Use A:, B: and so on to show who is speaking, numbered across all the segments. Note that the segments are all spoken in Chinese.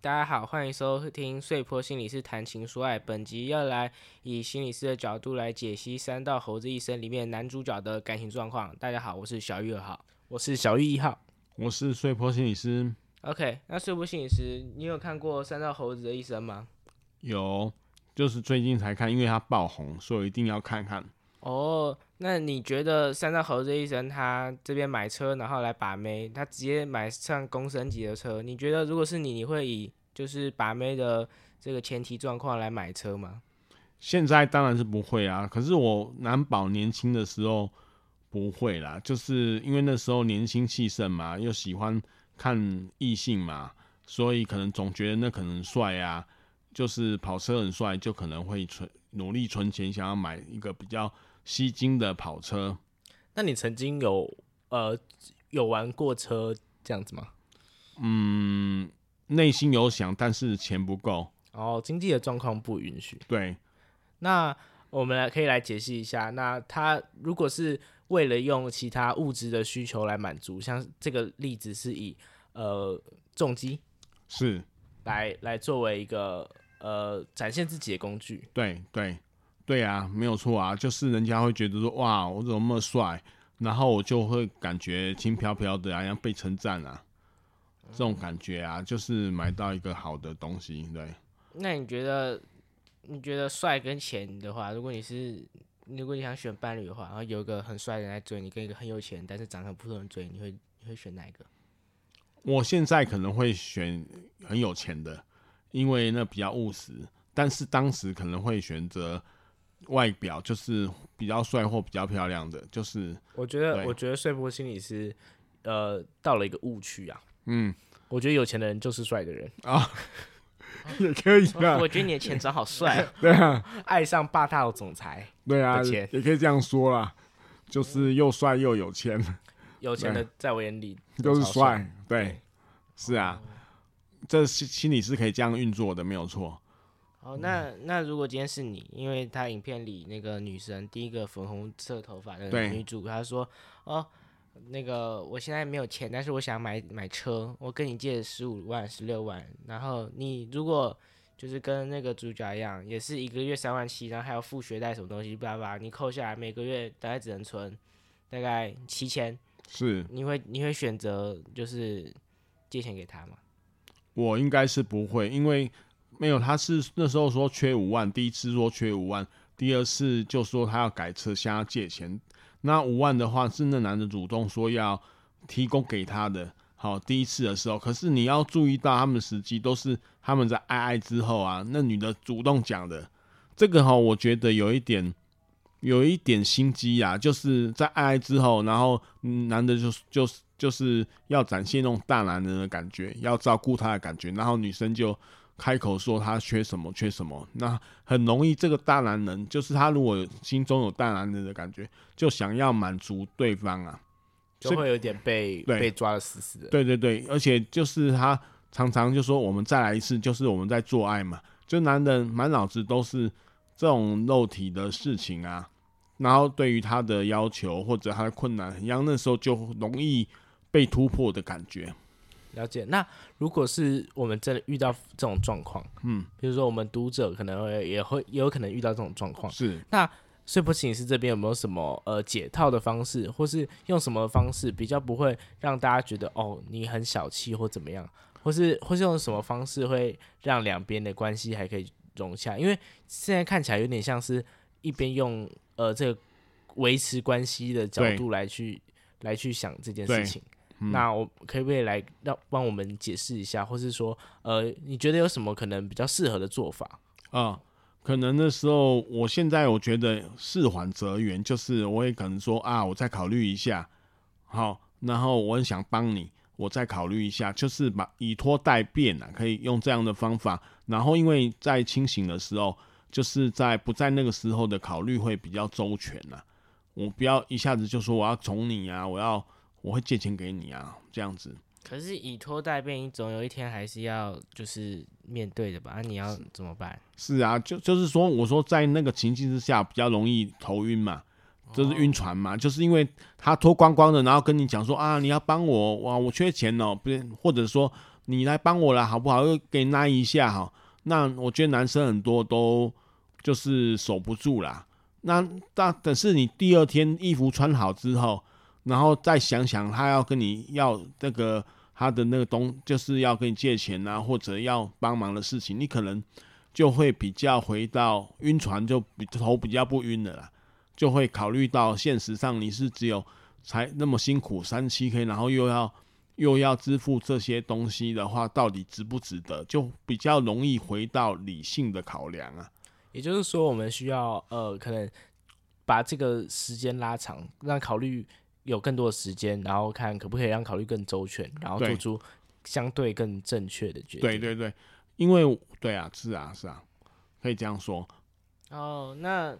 A: 大家好，欢迎收听碎坡心理师谈情说爱。本集要来以心理师的角度来解析《三道猴子一生》里面男主角的感情状况。大家好，我是小玉二号，我是小玉一号。
B: 我是碎坡心理师。
A: OK，那碎坡心理师，你有看过《三道猴子的一生》吗？
B: 有，就是最近才看，因为它爆红，所以一定要看看。
A: 哦，那你觉得《三道猴子的一生》他这边买车，然后来把妹，他直接买上公升级的车，你觉得如果是你，你会以就是把妹的这个前提状况来买车吗？
B: 现在当然是不会啊，可是我难保年轻的时候不会啦，就是因为那时候年轻气盛嘛，又喜欢看异性嘛，所以可能总觉得那可能帅啊，就是跑车很帅，就可能会存努力存钱，想要买一个比较吸睛的跑车。
C: 那你曾经有呃有玩过车这样子吗？
B: 嗯，内心有想，但是钱不够。
C: 哦，经济的状况不允许。
B: 对，
C: 那我们来可以来解析一下，那他如果是为了用其他物质的需求来满足，像这个例子是以呃重击
B: 是。
C: 来来作为一个呃展现自己的工具，
B: 对对对啊，没有错啊，就是人家会觉得说哇，我怎么那么帅，然后我就会感觉轻飘飘的、啊，好像被称赞啊，这种感觉啊，就是买到一个好的东西，对，
A: 那你觉得，你觉得帅跟钱的话，如果你是如果你想选伴侣的话，然后有一个很帅的人来追你，跟一个很有钱但是长得很普通的人追你，你会你会选哪一个？
B: 我现在可能会选很有钱的，因为那比较务实，但是当时可能会选择外表就是比较帅或比较漂亮的， 就是
C: 我觉
B: 对
C: 得我觉得睡波心理师呃到了一个误区啊，
B: 嗯
C: 我觉得有钱的人就是帅 的人，
B: 啊，也可以啊，
A: 哦我觉得你的 钱长好帅、哦
B: 对啊。
C: 爱上霸道总裁。
B: 对啊，
C: 的
B: 也
C: 钱
B: 可以这样说啦，就是又帅又有钱，
C: 有钱的在我眼里
B: 就是
C: 超
B: 帅，对，是啊，这心心理是可以这样运作的，没有错。嗯
A: 哦，那那如果今天是你，因为他影片里那个女生第一个粉红色头发的
B: 对
A: 女主，她说哦。那个，我现在没有钱，但是我想买买车，我跟你借十五万、十六万，然后你如果就是跟那个主角一样，也是一个月三万七，然后还要付学贷什么东西，叭叭，你扣下来每个月大概只能存大概七千，
B: 是
A: 你会你会选择就是借钱给他吗？
B: 我应该是不会，因为没有，他是那时候说缺五万，第一次说缺五万，第二次就说他要改车，向他借钱。那五万的话是那男的主动说要提供给他的。好，第一次的时候，可是你要注意到他们的时机都是他们在爱爱之后啊，那女的主动讲的。这个哈、我觉得有一点，有一点心机啊，就是在爱爱之后，然后嗯男的就是就是就是要展现那种大男人的感觉，要照顾他的感觉，然后女生就开口说他缺什么缺什么，那很容易这个大男人就是他如果心中有大男人的感觉，就想要满足对方啊，
C: 就
B: 这
C: 会有点被
B: 对
C: 被抓的死死的。
B: 对对对，而且就是他常常就说我们再来一次，就是我们在做爱嘛，就男人满脑子都是这种肉体的事情啊，然后对于他的要求或者他的困难，一样那时候就容易被突破的感觉。
C: 了解。那如果是我们真的遇到这种状况，
B: 嗯，
C: 比如说我们读者可能会也会也有可能遇到这种状况，
B: 是，
C: 所以不请是这边有没有什么呃解套的方式，或是用什么方式比较不会让大家觉得哦你很小气或怎么样，或是或是用什么方式会让两边的关系还可以融洽，因为现在看起来有点像是一边用呃这个维持关系的角
B: 对
C: 度来去来去想这件
B: 对
C: 事情。
B: 嗯
C: 那我可不可以来让帮我们解释一下，或是说，呃，你觉得有什么可能比较适合的做法？
B: 啊、可能那时候，我现在我觉得事缓则圆，就是我也可能说啊，我再考虑一下，好，然后我很想帮你，我再考虑一下，就是把以拖代变啊，可以用这样的方法。然后因为在清醒的时候，就是在不在那个时候的考虑会比较周全呐、我不要一下子就说我要宠你啊，我要我会借钱给你啊，这样子。
A: 可是以拖代变，你总有一天还是要就是面对的吧？啊、你要怎么办？
B: 是啊，就就是说，我说在那个情境之下比较容易头晕嘛，就是晕船嘛，就是因为他脱光光的，然后跟你讲说啊，你要帮我哇，我缺钱哦，不是，或者说你来帮我啦，好不好？又给你拉一下哈。那我觉得男生很多都就是守不住啦。那但但是你第二天衣服穿好之后，然后再想想他要跟你要那个他的那个东，就是要跟你借钱啊，或者要帮忙的事情，你可能就会比较回到晕船，就比头比较不晕的啦，就会考虑到现实上你是只有才那么辛苦三七 K，然后又要又要支付这些东西的话，到底值不值得？就比较容易回到理性的考量啊。
C: 也就是说，我们需要呃，可能把这个时间拉长，让考虑有更多的时间，然后看可不可以让考虑更周全，然后
B: 对
C: 做出相对更正确的决定。
B: 对对对，因为对啊，是啊是啊，可以这样说。
A: 哦，那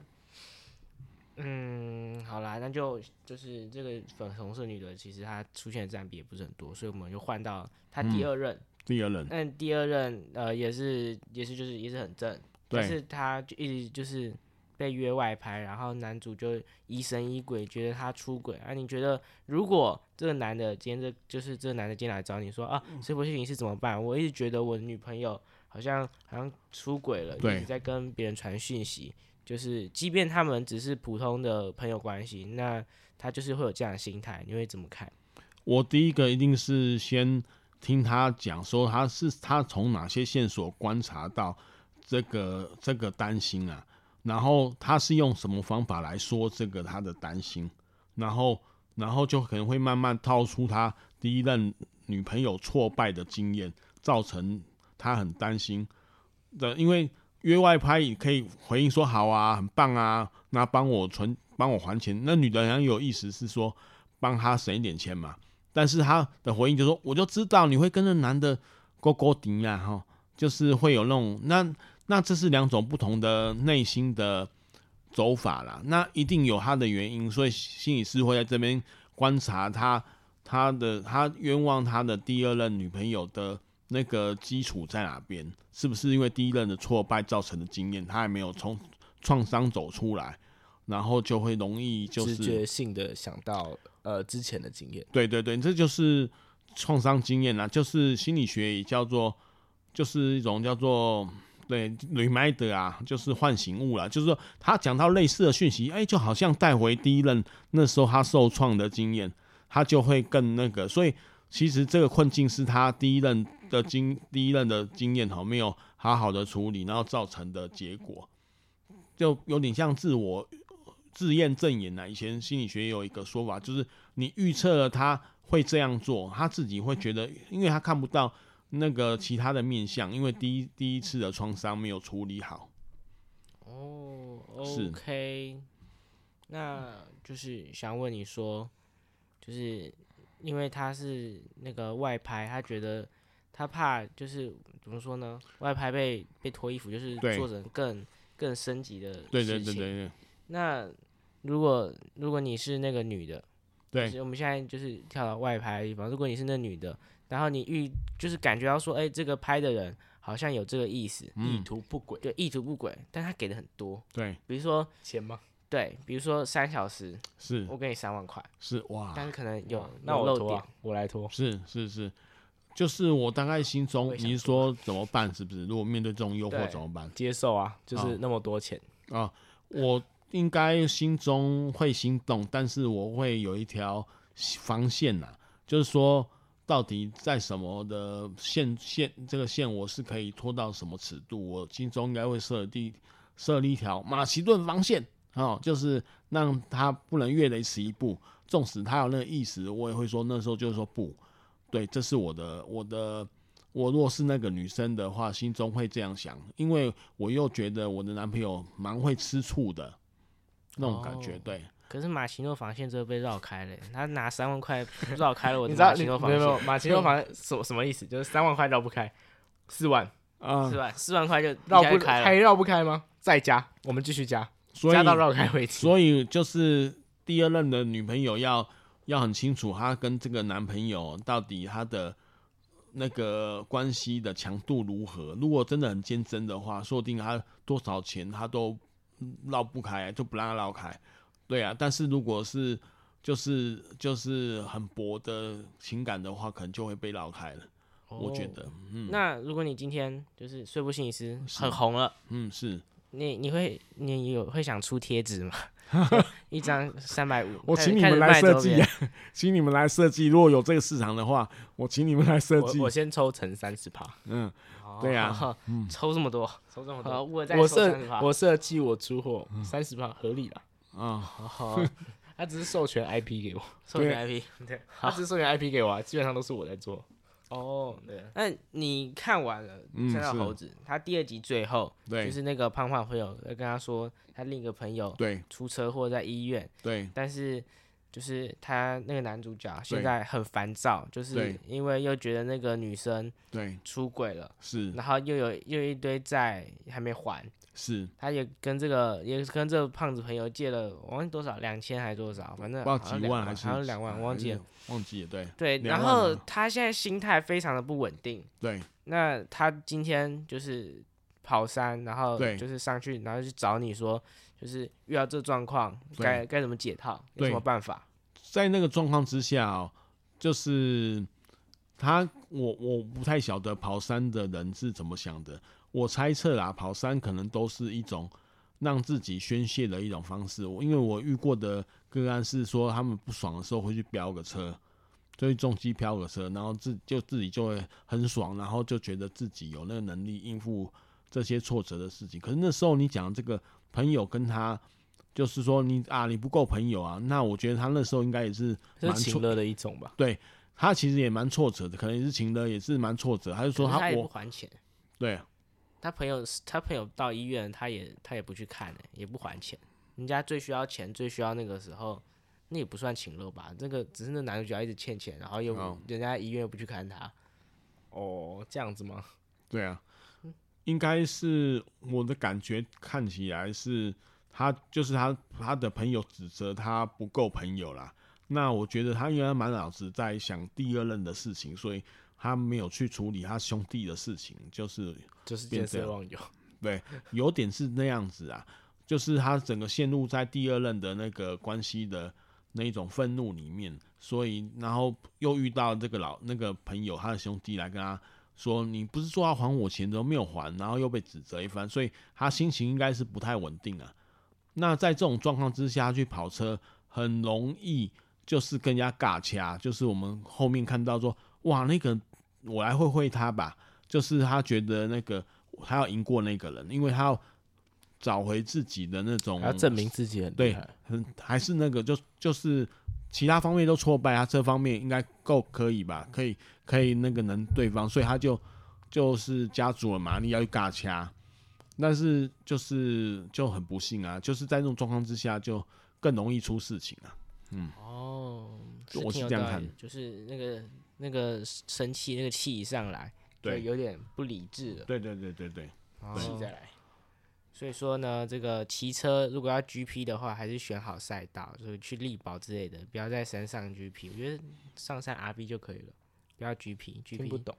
A: 嗯，好啦，那就就是这个粉红色女的，其实她出现的占比也不是很多，所以我们就换到她
B: 嗯
A: 第二任。
B: 第二人，
A: 但第二任呃也是也是就是也是很正，
B: 对
A: 但是她就一直就是被约外拍，然后男主就疑神疑鬼，觉得她出轨。啊，你觉得如果这个男的今天这就是这个男的今天来找你说啊，
B: 嗯
A: 这部事情是怎么办？我一直觉得我女朋友好像好像出轨了，一
B: 对
A: 直在跟别人传讯息。就是，即便他们只是普通的朋友关系，那他就是会有这样的心态，你会怎么看？
B: 我第一个一定是先听他讲说他是他从哪些线索观察到这个这个担心啊，然后他是用什么方法来说这个他的担心，然后然后就可能会慢慢套出他第一任女朋友挫败的经验，造成他很担心的，因为约外拍也可以回应说好啊，很棒啊，那帮我存帮我还钱，那女的好像有意思是说帮他省一点钱嘛。但是他的回应就说：“我就知道你会跟那男的勾勾顶啊，哈，就是会有那种那那这是两种不同的内心的走法啦，那一定有他的原因，所以心理师会在这边观察他他的他冤枉他的第二任女朋友的那个基础在哪边，是不是因为第一任的挫败造成的经验，他还没有从创伤走出来，然后就会容易就是
C: 直觉性的想到呃之前的经验，
B: 对对对，这就是创伤经验啦，就是心理学也叫做，就是一种叫做对 reminder 啊，就是唤醒物啦。就是说他讲到类似的讯息，哎，就好像带回第一任那时候他受创的经验，他就会更那个。所以其实这个困境是他第一任的经第一任的经验哈，哦没有好好的处理，然后造成的结果，就有点像自我。自验证言啊，以前心理学有一个说法，就是你预测了他会这样做，他自己会觉得，因为他看不到那个其他的面相，因为第一第一次的创伤没有处理好。
A: 哦
B: 是
A: ，OK，那就是想问你说，就是因为他是那个外拍，他觉得他怕就是怎么说呢？外拍被被脱衣服，就是
B: 对
A: 做成更更升级的
B: 对对
A: 事
B: 对
A: 情。
B: 对
A: 那如果如果你是那个女的，
B: 对
A: 就
B: 对
A: 是我们现在就是跳到外拍的地方。如果你是那女的，然后你遇就是感觉到说，哎、这个拍的人好像有这个意思，
B: 嗯
C: 意图不轨，
A: 对，意图不轨，但他给的很多，
B: 对，
A: 比如说
C: 钱吗？
A: 对，比如说三小时，
B: 是
A: 我给你三万块，
B: 是嗯啊哇，
A: 但是可能有
C: 那
A: 有
C: 我
A: 漏
C: 拖、
A: 点
C: 啊，，我来拖。
B: 是是是，就是我大概心
A: 我
B: 中
A: 也想啊
B: 你是说怎么办？是不是？如果面对这种诱惑
A: 对
B: 怎么办
C: 接受啊，就
B: 好
C: 是那么多钱，
B: 啊？我应该心啊中会心动，但是我会有一条防线呐、就是说到底在什么的线线这个线我是可以拖到什么尺度，我心中应该会设定设立一条马其顿防线哦，就是让他不能越雷池一步。纵使他有那个意识，我也会说那时候就是说不对，这是我的我的。我若是那个女生的话，心中会这样想，因为我又觉得我的男朋友蛮会吃醋的那种感觉。
A: 哦
B: 对，
A: 可是马奇诺防线最后被绕开了，他拿三万块绕开了 我
C: 你
A: 的
C: 知道
A: 马
C: 你
A: 奇
C: 没
A: 诺
C: 有
A: 防
C: 没
A: 线，
C: 有马奇诺房什什么意思？就是三万块绕不开，四万
B: 啊、
A: 是吧？四万块就
C: 绕
A: 一下就
C: 不
A: 开了
C: 还绕不开吗？再加，我们继续加，
B: 所以
C: 加到绕开为止。
B: 所以就是第二任的女朋友要要很清楚，她跟这个男朋友到底她的那个关系的强度如何。如果真的很坚贞的话，说不定她多少钱她都嗯绕不开，就不让她绕开。对啊，但是如果是就是就是很薄的情感的话，可能就会被绕开了。我觉
A: 哦
B: 得，嗯
A: 那如果你今天就是睡不醒时
B: 是
A: 很红了，
B: 嗯是。
A: 你你会你有会想出贴纸吗？ 一张三百五，
B: 我
A: 开
B: 请你
A: 开
B: 们
A: 始
B: 来
A: 卖
B: 设
A: 周
B: 计啊
A: 边，
B: 请你们来设计。如果有这个市场的话，我请你们来设
C: 我
B: 计
C: 我。先抽成三十趴，
B: 嗯，
A: 哦
B: 对啊
A: 抽这么多，
C: 抽这
B: 嗯
C: 么
A: 好，我再
C: 我
A: 抽
C: 设
A: 30吧
C: 我设计我出货三十趴合理啦，
B: 啊，
C: 他只是授权 IP 给我，
A: 抽你
B: 对
A: IP。
C: 对，他只是授权 IP 给我，啊，基本上都是我在做。
A: 哦，那你看完了
B: 嗯
A: 《三道
B: 是
A: 猴子》他第二集最后
B: 对
A: 就是那个胖胖朋友呃在跟他说，他另一个朋友
B: 对
A: 出车祸在医院，
B: 对
A: 但是就是他那个男主角现
B: 对
A: 在很烦躁，就是
B: 对
A: 因为又觉得那个女生
B: 对，
A: 出轨了，
B: 是
A: 然后又有又有一堆债还没还，
B: 是，
A: 他也跟这个也跟这个胖子朋友借了，我忘记多少，两千还多少，反正
B: 不知道
A: 好像
B: 几
A: 两
B: 万还是哎
A: 好像两万，我忘记了。，
B: 忘记了，对
A: 对，
B: 两
A: 然
B: 万
A: 后
B: 吗
A: 他现在心态非常的不稳定。
B: 对
A: 那他今天就是跑山，然后
B: 对
A: 就是上去，然后去找你说，就是遇到这状况
B: 对
A: 该该怎么解套，有
B: 对
A: 什么办法？
B: 在那个状况之下、哦，就是他，我我不太晓得跑山的人是怎么想的。我猜测啦，跑山可能都是一种让自己宣泄的一种方式。我因为我遇过的个案是说，他们不爽的时候会去飙个车，就去重机飙个车，然后自就自己就会很爽，然后就觉得自己有那个能力应付这些挫折的事情。可是那时候你讲这个朋友跟他。就是说你啊，你不够朋友啊，那我觉得他那时候应该也是
C: 这
B: 蛮
C: 是情
B: 挫，
C: 乐的一种吧？
B: 他其实也蛮挫折的，可能也是情的，也是蛮挫折。他就说
A: 可是
B: 他
A: 他也不
B: 我
A: 还钱，
B: 对啊
A: 他朋友他朋友到医院，他也他也不去看、欸，也不还钱。人家最需要钱，最需要那个时候，那也不算情勒吧？这个只是那男主角一直欠钱，然后又、
B: 哦
A: 人家医院又不去看他，
C: 哦，这样子吗？
B: 对啊，
A: 嗯
B: 应该是我的感觉看起来是他就是他他的朋友指责他不够朋友啦。那我觉得他原来满脑子在想第二任的事情，所以他没有去处理他兄弟的事情，就是
C: 就是
B: 变
C: 见
B: 这
C: 色
B: 样
C: 忘友。
B: 有点是那样子啊，就是他整个陷入在第二任的那个关系的那一种愤怒里面，所以然后又遇到这个老那个朋友他的兄弟来跟他说，你不是说要还我钱的，没有还，然后又被指责一番，所以他心情应该是不太稳定啊。那在这种状况之下去跑车，很容易就是跟人家尬掐，就是我们后面看到说，哇，那个我来会会他吧，就是他觉得那个他要赢过那个人，因为他要找回自己的那种
C: 还要证明自己很厉
B: 对
C: 害。
B: 很还是那个，就就是其他方面都挫败，他啊这方面应该够可以吧？可以可以那个能对方，所以他就就是家族了嘛，你要去尬掐，但是就是就很不幸啊，就是在这种状况之下，就更容易出事情啊。
A: 哦，
B: 就我
A: 挺
B: 是
A: 有
B: 这样
A: 道理
B: 看
A: 的
B: 的
A: 就是那个那个生气那个气一上来，就
B: 对
A: 有点不理智了，
B: 对对对对对，
C: 气
A: 哦
C: 再来。
A: 所以说呢，这个骑车如果要 GP 的话，还是选好赛道，就是去力宝之类的，不要在山上 GP。我觉得上山 RB 就可以了，不要 GP。
C: 听不
A: GP
C: 懂，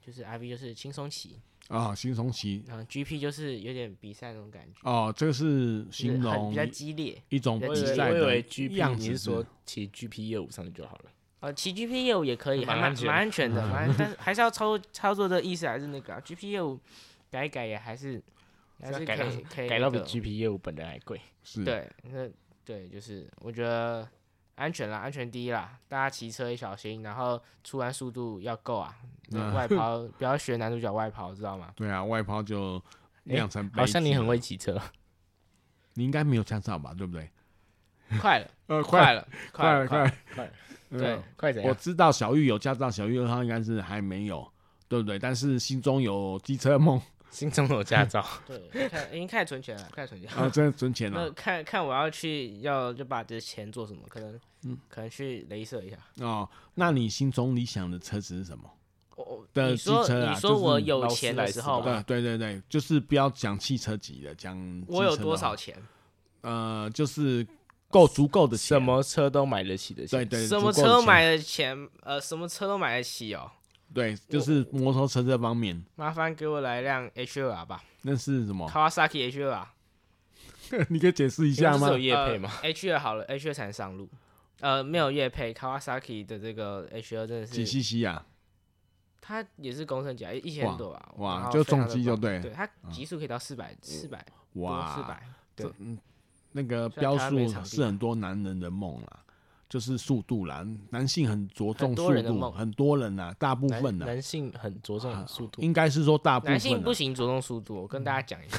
A: 就是 RB 就是轻松骑，
B: 啊，形容其
A: 然后 GP 就是有点比赛那种感觉，
B: 哦，这个是
A: 就是
B: 形
A: 很
B: 容
A: 比较激烈。
B: 一种
C: 我
B: 比
C: 以为
B: 赛
C: 我以
B: 的
C: 为 GP，
B: 样
C: 你
B: 子
C: 是说骑 GP 业务上去就好了。
A: 呃，骑 GP 业务也可以，还
C: 蛮
A: 蛮
C: 安全
A: 蛮安全 的，蛮但是还是要操操作的意思还是那个、啊、GP 业务改一改也还是还
C: 是要
A: 是
C: 改
A: 可
C: 到
A: 以可以
C: 改
A: 那
C: 到比
A: 个
B: 嗯
C: GP 业务本人还贵。
B: 是
A: 对，那对就是我觉得安全啦，安全第一啦，大家骑车也小心，然后出弯速度要够 啊，
B: 嗯
A: 外抛不要学男主角外抛，知道吗？
B: 对啊，外抛就
C: 诶
B: 酿成、
C: 好像你很，会骑车，
B: 你应该没有驾照吧？对不对？
A: 快了，
B: 呃，
A: 快 了，
B: 快
A: 了，快
B: 快
A: 了，
B: 了
C: 快了
B: 嗯
A: 对，
C: 快怎
B: 我
C: 样？
B: 知道小玉有驾照，小玉二号应该是还没有，对不对？但是心中有机车梦
C: 心中有驾 照，
A: 对，看已经开始存钱了，开始存钱。
B: 啊，真的存钱
A: 那
B: 了
A: 看看我要去要就把这钱做什么，可能
B: 嗯
A: 可能去镭射一下。
B: 哦。那你心中理想的车子是什么？
A: 我我
B: 的
A: 哦你说
B: 机车啊
A: 你
B: 就
A: 说
B: 是
A: 我
C: 劳
A: 有
C: 斯
A: 钱
C: 莱
A: 的
C: 斯
A: 时候
C: 吧
A: 嘛，
B: 对对对对，就是不要讲汽车级的，讲
A: 我
B: 机
A: 有
B: 车啊
A: 多
B: 的话
A: 少？钱？
B: 呃，就是够足够的钱
C: 什？么车都买得起的钱
B: 对。对，
A: 什么
B: 足够的
A: 车
B: 钱？
A: 买得钱？呃，什么车都买得起哦。
B: 对，就是摩托车这方面，
A: 麻烦给我来辆 H 2 R 吧
B: 那是什么？
A: ，Kawasaki H 2 R。
B: 你可以解释一
C: 你
B: 下吗
C: 是有？业配吗？
A: 呃、？H 2好了，H 2才能上路。呃，没有乐配，Kawasaki 的这个 H 2真的
B: 几
A: 是，
B: cc 啊？
A: 它也是工程甲，啊一一千多吧。
B: 哇
A: 然后
B: 就
A: 非常
B: 重
A: 的
B: 机就
A: 棒
B: 对嗯
A: 对，它极速可以到四百四百多四
B: 哇，
A: 百。
B: 这
A: 对
B: 嗯，那个
A: 虽然
B: 标
A: 台湾没
B: 速
A: 场地
B: 是很多男人的梦啦，就是速度啦，男性很着重
A: 很
B: 速
A: 多人的
B: 度，
A: 梦
B: 很多人呐，大部分
C: 男
B: 呐，
C: 男性很着重速度，
B: 应该是说大部
A: 男性
B: 分啊
A: 不
B: 啦，
A: 行着重速度，我跟大家讲一 下，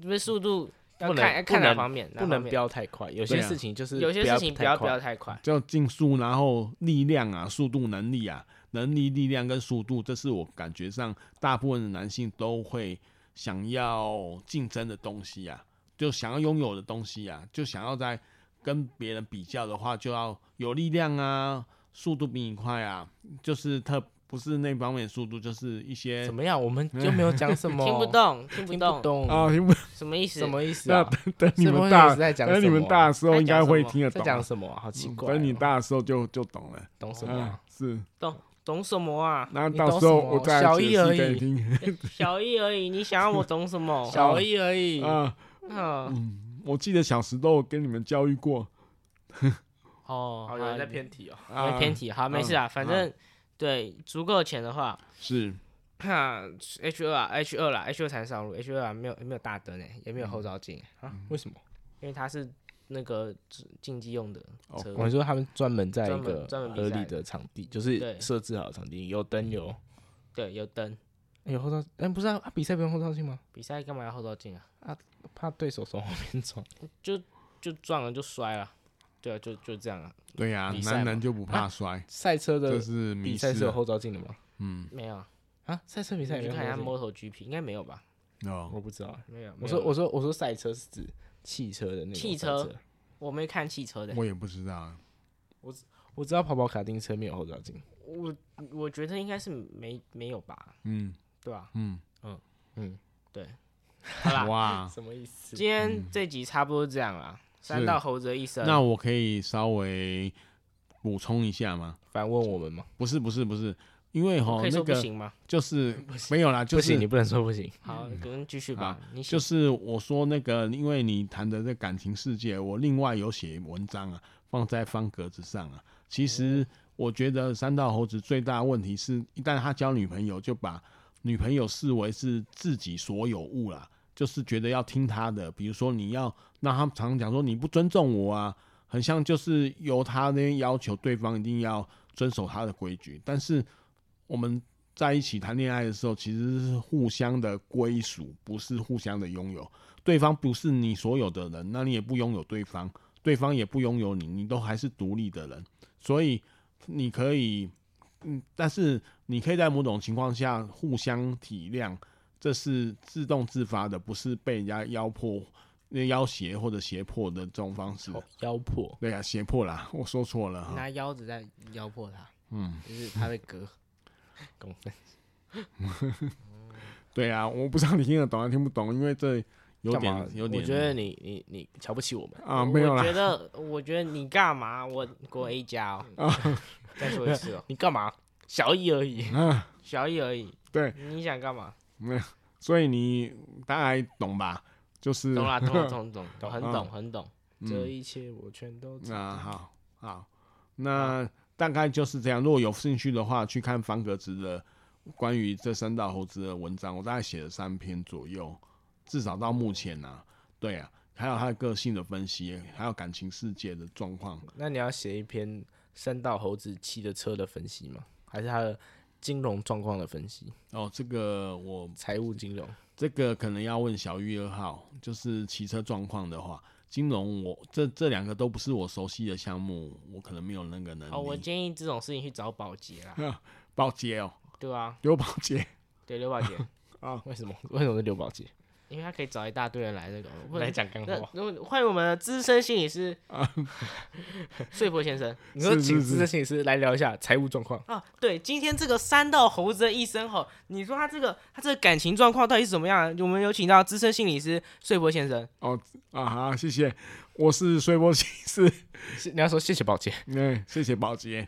A: 因为速度要
C: 不能
A: 看要
C: 不
A: 看哪
C: 能
A: 方面，哪
C: 不能
A: 方面，
C: 飙太快。有
B: 对
C: 些
B: 啊
C: 事情就是
A: 有些事情不
C: 太
A: 要
C: 快
A: 飙太快。
B: 叫竞速，啊然后力量啊，速度、能力啊，能力、力量跟速度，这是我感觉上大部分的男性都会想要竞争的东西啊，就想要拥有的东西啊，就想要在跟别人比较的话，就要有力量啊，速度比你快啊，就是特不是那方面的速度，就是一些
C: 怎么样？我们就没有讲什么，
A: 听不，懂，听不
C: 听
A: 懂
C: 不，懂，
B: 啊，听不
A: 什么意思？
C: 什么意思
B: 那
C: 啊？
B: 等等 你
C: 是不
B: 们
C: 是
B: 大
C: 一直，在讲什么啊？
B: 等你们大的时候应该会
A: 在讲什么
B: 听得
C: 在
B: 懂
C: 讲
B: 啊，
C: 什么啊？好奇怪哦，
B: 等你大的时候就就懂了，
C: 懂什么
B: 嗯
C: 啊？，
B: 是。
A: 懂什么啊？
B: 那
C: 你
B: 到
C: 懂
B: 时候
C: 什
B: 我
C: 么
B: 再
C: 小
B: 解
C: 一
B: 释
C: 而
B: 给
C: 已
B: 你听。
A: 小一而已，你想要我懂什么？
C: 小一而已，
B: 啊，
A: 嗯，
B: 我记得小时都有跟你们教育过
A: 哦，
C: 好有人在，偏题哦。
A: 有
B: 啊
A: 人，偏题，好，没事啊，反正对足够钱的话
B: 是
A: ，H 二啊，H 二啦，H 二才上路，H 二啊没有没有大灯诶，也没有后照镜，
C: 啊？为什么？
A: 因为它是那个竞技用的
B: 哦
A: 车
C: 我，们说他们专门在一
A: 专门
C: 个
A: 专门比
C: 合
A: 赛
C: 理的场地，就是
A: 对
C: 设置好的场地，有灯有
A: 对，有灯。
C: 有后照，哎，不是啊，啊比赛不用后照镜吗？
A: 比赛干嘛要后照镜啊？
C: 怕对手从后 面撞。
A: 就撞了就摔了，对啊，就就这样啊，
B: 对呀、
C: 比赛
B: 男
C: 嘛
B: 人就不怕摔，
C: 赛车
B: 这
C: 的
B: 是迷
C: 比赛是啊
B: 失
C: 有
B: 了。
C: 后照镜的吗？
B: 嗯，
A: 没有啊。
C: 啊，赛车比
A: 你
C: 赛
A: 去
C: 有
A: 看
C: 后
A: 一下
C: 照镜？
A: MotoGP，应该没有吧？
B: 哦，
C: 我不知道啊。
A: 没有。没
C: 我
A: 有
C: 说我说我说赛车是指汽车的那种
A: 汽
C: 赛
A: 车
C: 车，
A: 我没看汽车的，
B: 我也不知道啊。
C: 我知道跑跑卡丁车没有后照镜。
A: 我我觉得应该是没没有吧，
B: 嗯
A: 对吧？
B: 嗯，
C: 嗯，
A: 好啦，
B: 哇，
C: 什么意思？
A: 今天这集差不多这样啦。三道猴子的一生，
B: 那我可以稍微补充一下吗？
C: 反问我们吗？
B: 不是不是不是，因为
A: 我
B: 哈
A: 可以
B: 那
A: 说不
B: 个
A: 行吗？
B: 就是没有啦，就
C: 不行，
B: 是
C: 你不能说不行。
A: 好，我们继续吧。你
B: 就
A: 写
B: 是我说那个，因为你谈的这感情世界，我另外有写文章啊，放在方格子上啊。其实
A: 哦
B: 我觉得三道猴子最大的问题是，一旦他交女朋友，就把女朋友视为是自己所有物啦，就是觉得要听他的。比如说你要，那他常常讲说你不尊重我啊，很像就是由他那边要求对方一定要遵守他的规矩，但是我们在一起谈恋爱的时候，其实是互相的归属，不是互相的拥有。对方不是你所有的人，那你也不拥有对方，对方也不拥有你，你都还是独立的人。所以你可以，嗯，但是你可以在某种情况下互相体谅，这是自动自发的，不是被人家压迫、要挟或者胁迫的这种方式。
C: 腰破，
B: 对呀、啊，胁迫啦，我说错了哈。
A: 拿腰子在腰破他，
B: 嗯，
A: 就是他会割。
C: 公分，
B: 对呀、啊，我不知道你听得懂还听不懂，因为这有
C: 干嘛
B: 点有点。
C: 我觉得你你你瞧不起我们。
B: 啊，
A: 我
B: 没有
A: 我
B: 啦
A: 觉，得我觉得你干嘛？我给我 A 加哦。 再说一次哦，
C: 你干嘛？小一而 已，
A: 小一而已。
B: 啊对，
A: 你想干嘛？
B: 所以你大概懂吧？就是
A: 懂啦，懂啦懂懂懂，很
B: 嗯
A: 懂很懂。
C: 这
B: 嗯，
C: 一切我全都知
B: 那
C: 道。
B: 好好，那大概就是这样。如果有兴趣的话，去看方格子的关于这三大猴子的文章，我大概写了三篇左右，至少到目前呢、啊，对啊。还有他的个性的分析，还有感情世界的状况。
C: 那你要写一篇山道猴子骑的车的分析吗？还是他的金融状况的分析？
B: 哦，这个我
C: 财务金融
B: 这个可能要问小玉二号，就是骑车状况的话，金融我这这两个都不是我熟悉的项目，我可能没有那个能力。
A: 哦，我建议这种事情去找保洁啦，
B: 保洁哦，
A: 对啊，
B: 刘保洁，
A: 对刘保洁，
C: 啊？为什么？ 为什么是刘宝杰？
A: 因为他可以找一大堆人来这个
C: 我来。讲干
A: 那
C: 话。
A: 如果换我们的资深心理师 睡婆先生
C: 你说
B: 是
C: 请
B: 是
C: 资深心理师来聊一下财务状况。
A: 啊，对，今天这个三道猴子的一生吼，你说他这个他这个感情状况到底是怎么样？我们有请到资深心理师睡婆先生。
B: 啊哈，谢谢，我是睡波骑士，
C: 是你要说谢谢宝杰，
B: 嗯，谢谢保洁。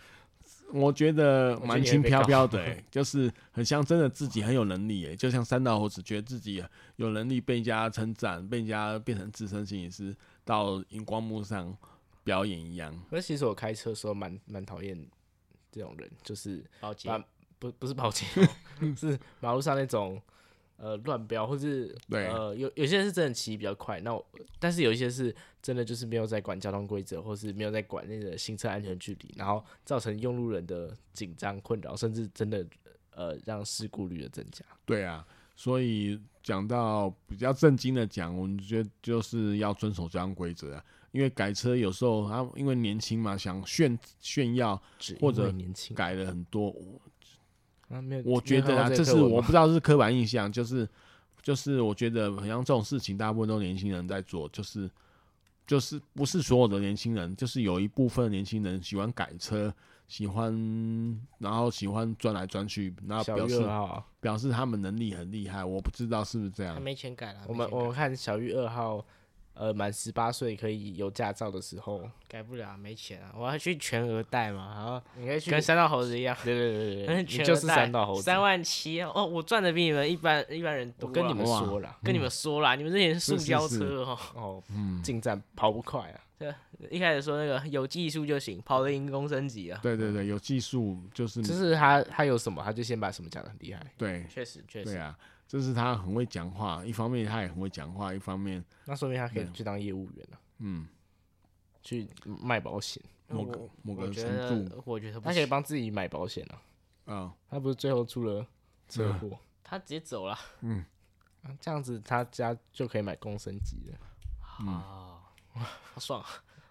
B: 我觉得蛮
C: 我觉得
B: 轻
C: 你会被
B: 飘
C: 告
B: 飘的、欸， 就是很像真的自己很有能力、欸，就像三道猴子觉得自己有能力被人家称赞，被人家变成资深心理师到荧光幕上表演一样。
C: 可是其实我开车的时候蛮蛮讨厌这种人，就是
A: 保洁
C: 把不不是保洁， 是马路上那种呃乱飙，或是
B: 对
C: 呃有有些人是真的骑比较快，那我但是有一些是真的就是没有在管交通规则，或是没有在管那个行车安全距离，然后造成用路人的紧张困扰，甚至真的呃让事故率的增加。
B: 对啊，所以讲到比较正经的讲，我们觉得就是要遵守交通规则啊。因为改车有时候他因为年轻嘛，想炫炫耀，
C: 只因
B: 或者
C: 为年轻
B: 改了很多。
C: 啊，嗯没有，
B: 我觉得啊，这是我不知道是刻板印象，就是就是我觉得好像这种事情大部分都年轻人在做，就是就是不是所有的年轻人，就是有一部分年轻人喜欢改车，喜欢然后喜欢钻来钻去，然后
C: 小
B: 表
C: 月
B: 示
C: 二号啊，
B: 表示他们能力很厉害，我不知道是不是这样
A: 他。没钱改了，
C: 我们
A: 没钱
C: 我看小玉二号，呃，满十八岁可以有驾照的时候，
A: 改改不了，没钱啊，我要去全额贷嘛，然后
C: 你可以去
A: 跟三道猴子一样，
C: 对对对对，
A: 全
C: 你
A: 额
C: 就是
A: 贷
C: 三道猴子。
A: 三万七哦，我赚的比你们一般一般人多
C: 我
A: 啦。
C: 跟你们
B: 哇
C: 说了，
A: 跟你们说啦，你们这些人塑
B: 是是
A: 胶
B: 是
A: 车哦，
C: 哦，
B: 嗯
C: 进站跑不快啊，
A: 一开始说那个有技术就行，跑得赢公升级啊。
B: 对对对，有技术就是
C: 嗯就是他他有什么，他就先把什么讲的很厉害。
B: 对
A: 确实，确
B: 对
A: 实，
B: 啊，就是他很会讲话，一方面他也很会讲话，一方面
C: 那说明他可以去当业务员了、啊
B: 嗯，
C: 去卖保险，
A: 那
B: 某个
A: 我
B: 某
A: 我
B: 个
A: 觉
B: 程度
A: 得，我觉得不
C: 他可以
A: 行，
C: 帮自己买保险啊。
B: 啊，
C: 他不是最后出了车祸、
A: 他直接走了。
C: 嗯啊这样子他家就可以买共生级了，
B: 嗯
A: 啊， 好爽，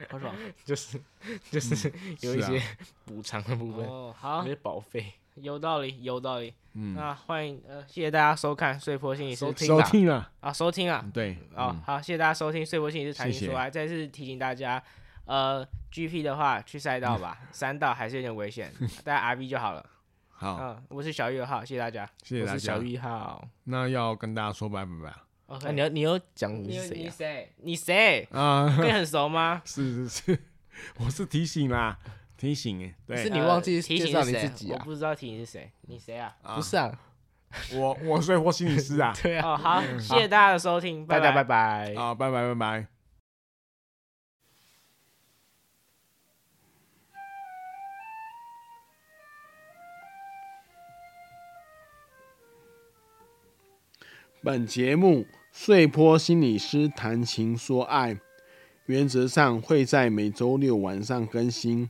A: 好 爽。啊
C: 就是嗯就是有一
B: 是啊
C: 些补偿的部分，
A: 哦，好
C: 有，些保费。
A: 有道理，有道理。
B: 嗯
A: 那欢迎呃，谢谢大家收看《碎坡心理师》
C: 收
B: 收
C: 啦
B: 听啊，
A: 啊，收听啊，
B: 对
A: 啊、
B: 嗯
A: 好，谢谢大家收听《碎波心理是谈
B: 谢
A: 情
B: 谢
A: 说爱》，再次提醒大家，呃，GP 的话去赛道吧，山道还是有点 危险，大家 RB 就好了。
B: 好，
A: 嗯，我是小玉二号，谢谢大家。
B: 谢谢
C: 啊我
B: 大
C: 是小
B: 家。
C: 一号。
B: 那要跟大家说拜拜吧
A: OK，、
C: 那、你要啊你要讲我
A: 你
C: 是谁啊
A: 你
C: 呀、
A: 谁？你谁？
B: 啊，
A: 跟你很熟吗？
B: 是是是， 我是提醒啦，提醒，
C: 是
B: 对
C: 你忘记
A: 呃提
C: 介
A: 醒
C: 绍
A: 是
C: 你
A: 谁
C: 自己啊
A: 我不知道提醒是谁，你谁 啊？
B: 啊
C: 不，是啊，，
B: 我我睡货心理师啊
C: 对啊，
A: 哦，好，谢谢大家的收听，
C: 大
A: 拜
C: 家
A: 拜
C: 拜。哦拜。
B: 啊，拜拜拜拜。本节目《碎坡心理师谈情说爱》，原则上会在每周六晚上更新，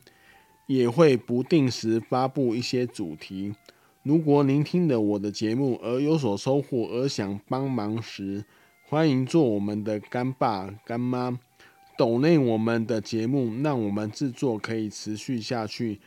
B: 也会不定时发布一些主题。如果您听了我的节目而有所收获，而想帮忙时，欢迎做我们的干爸干妈，抖内我们的节目，让我们制作可以持续下去，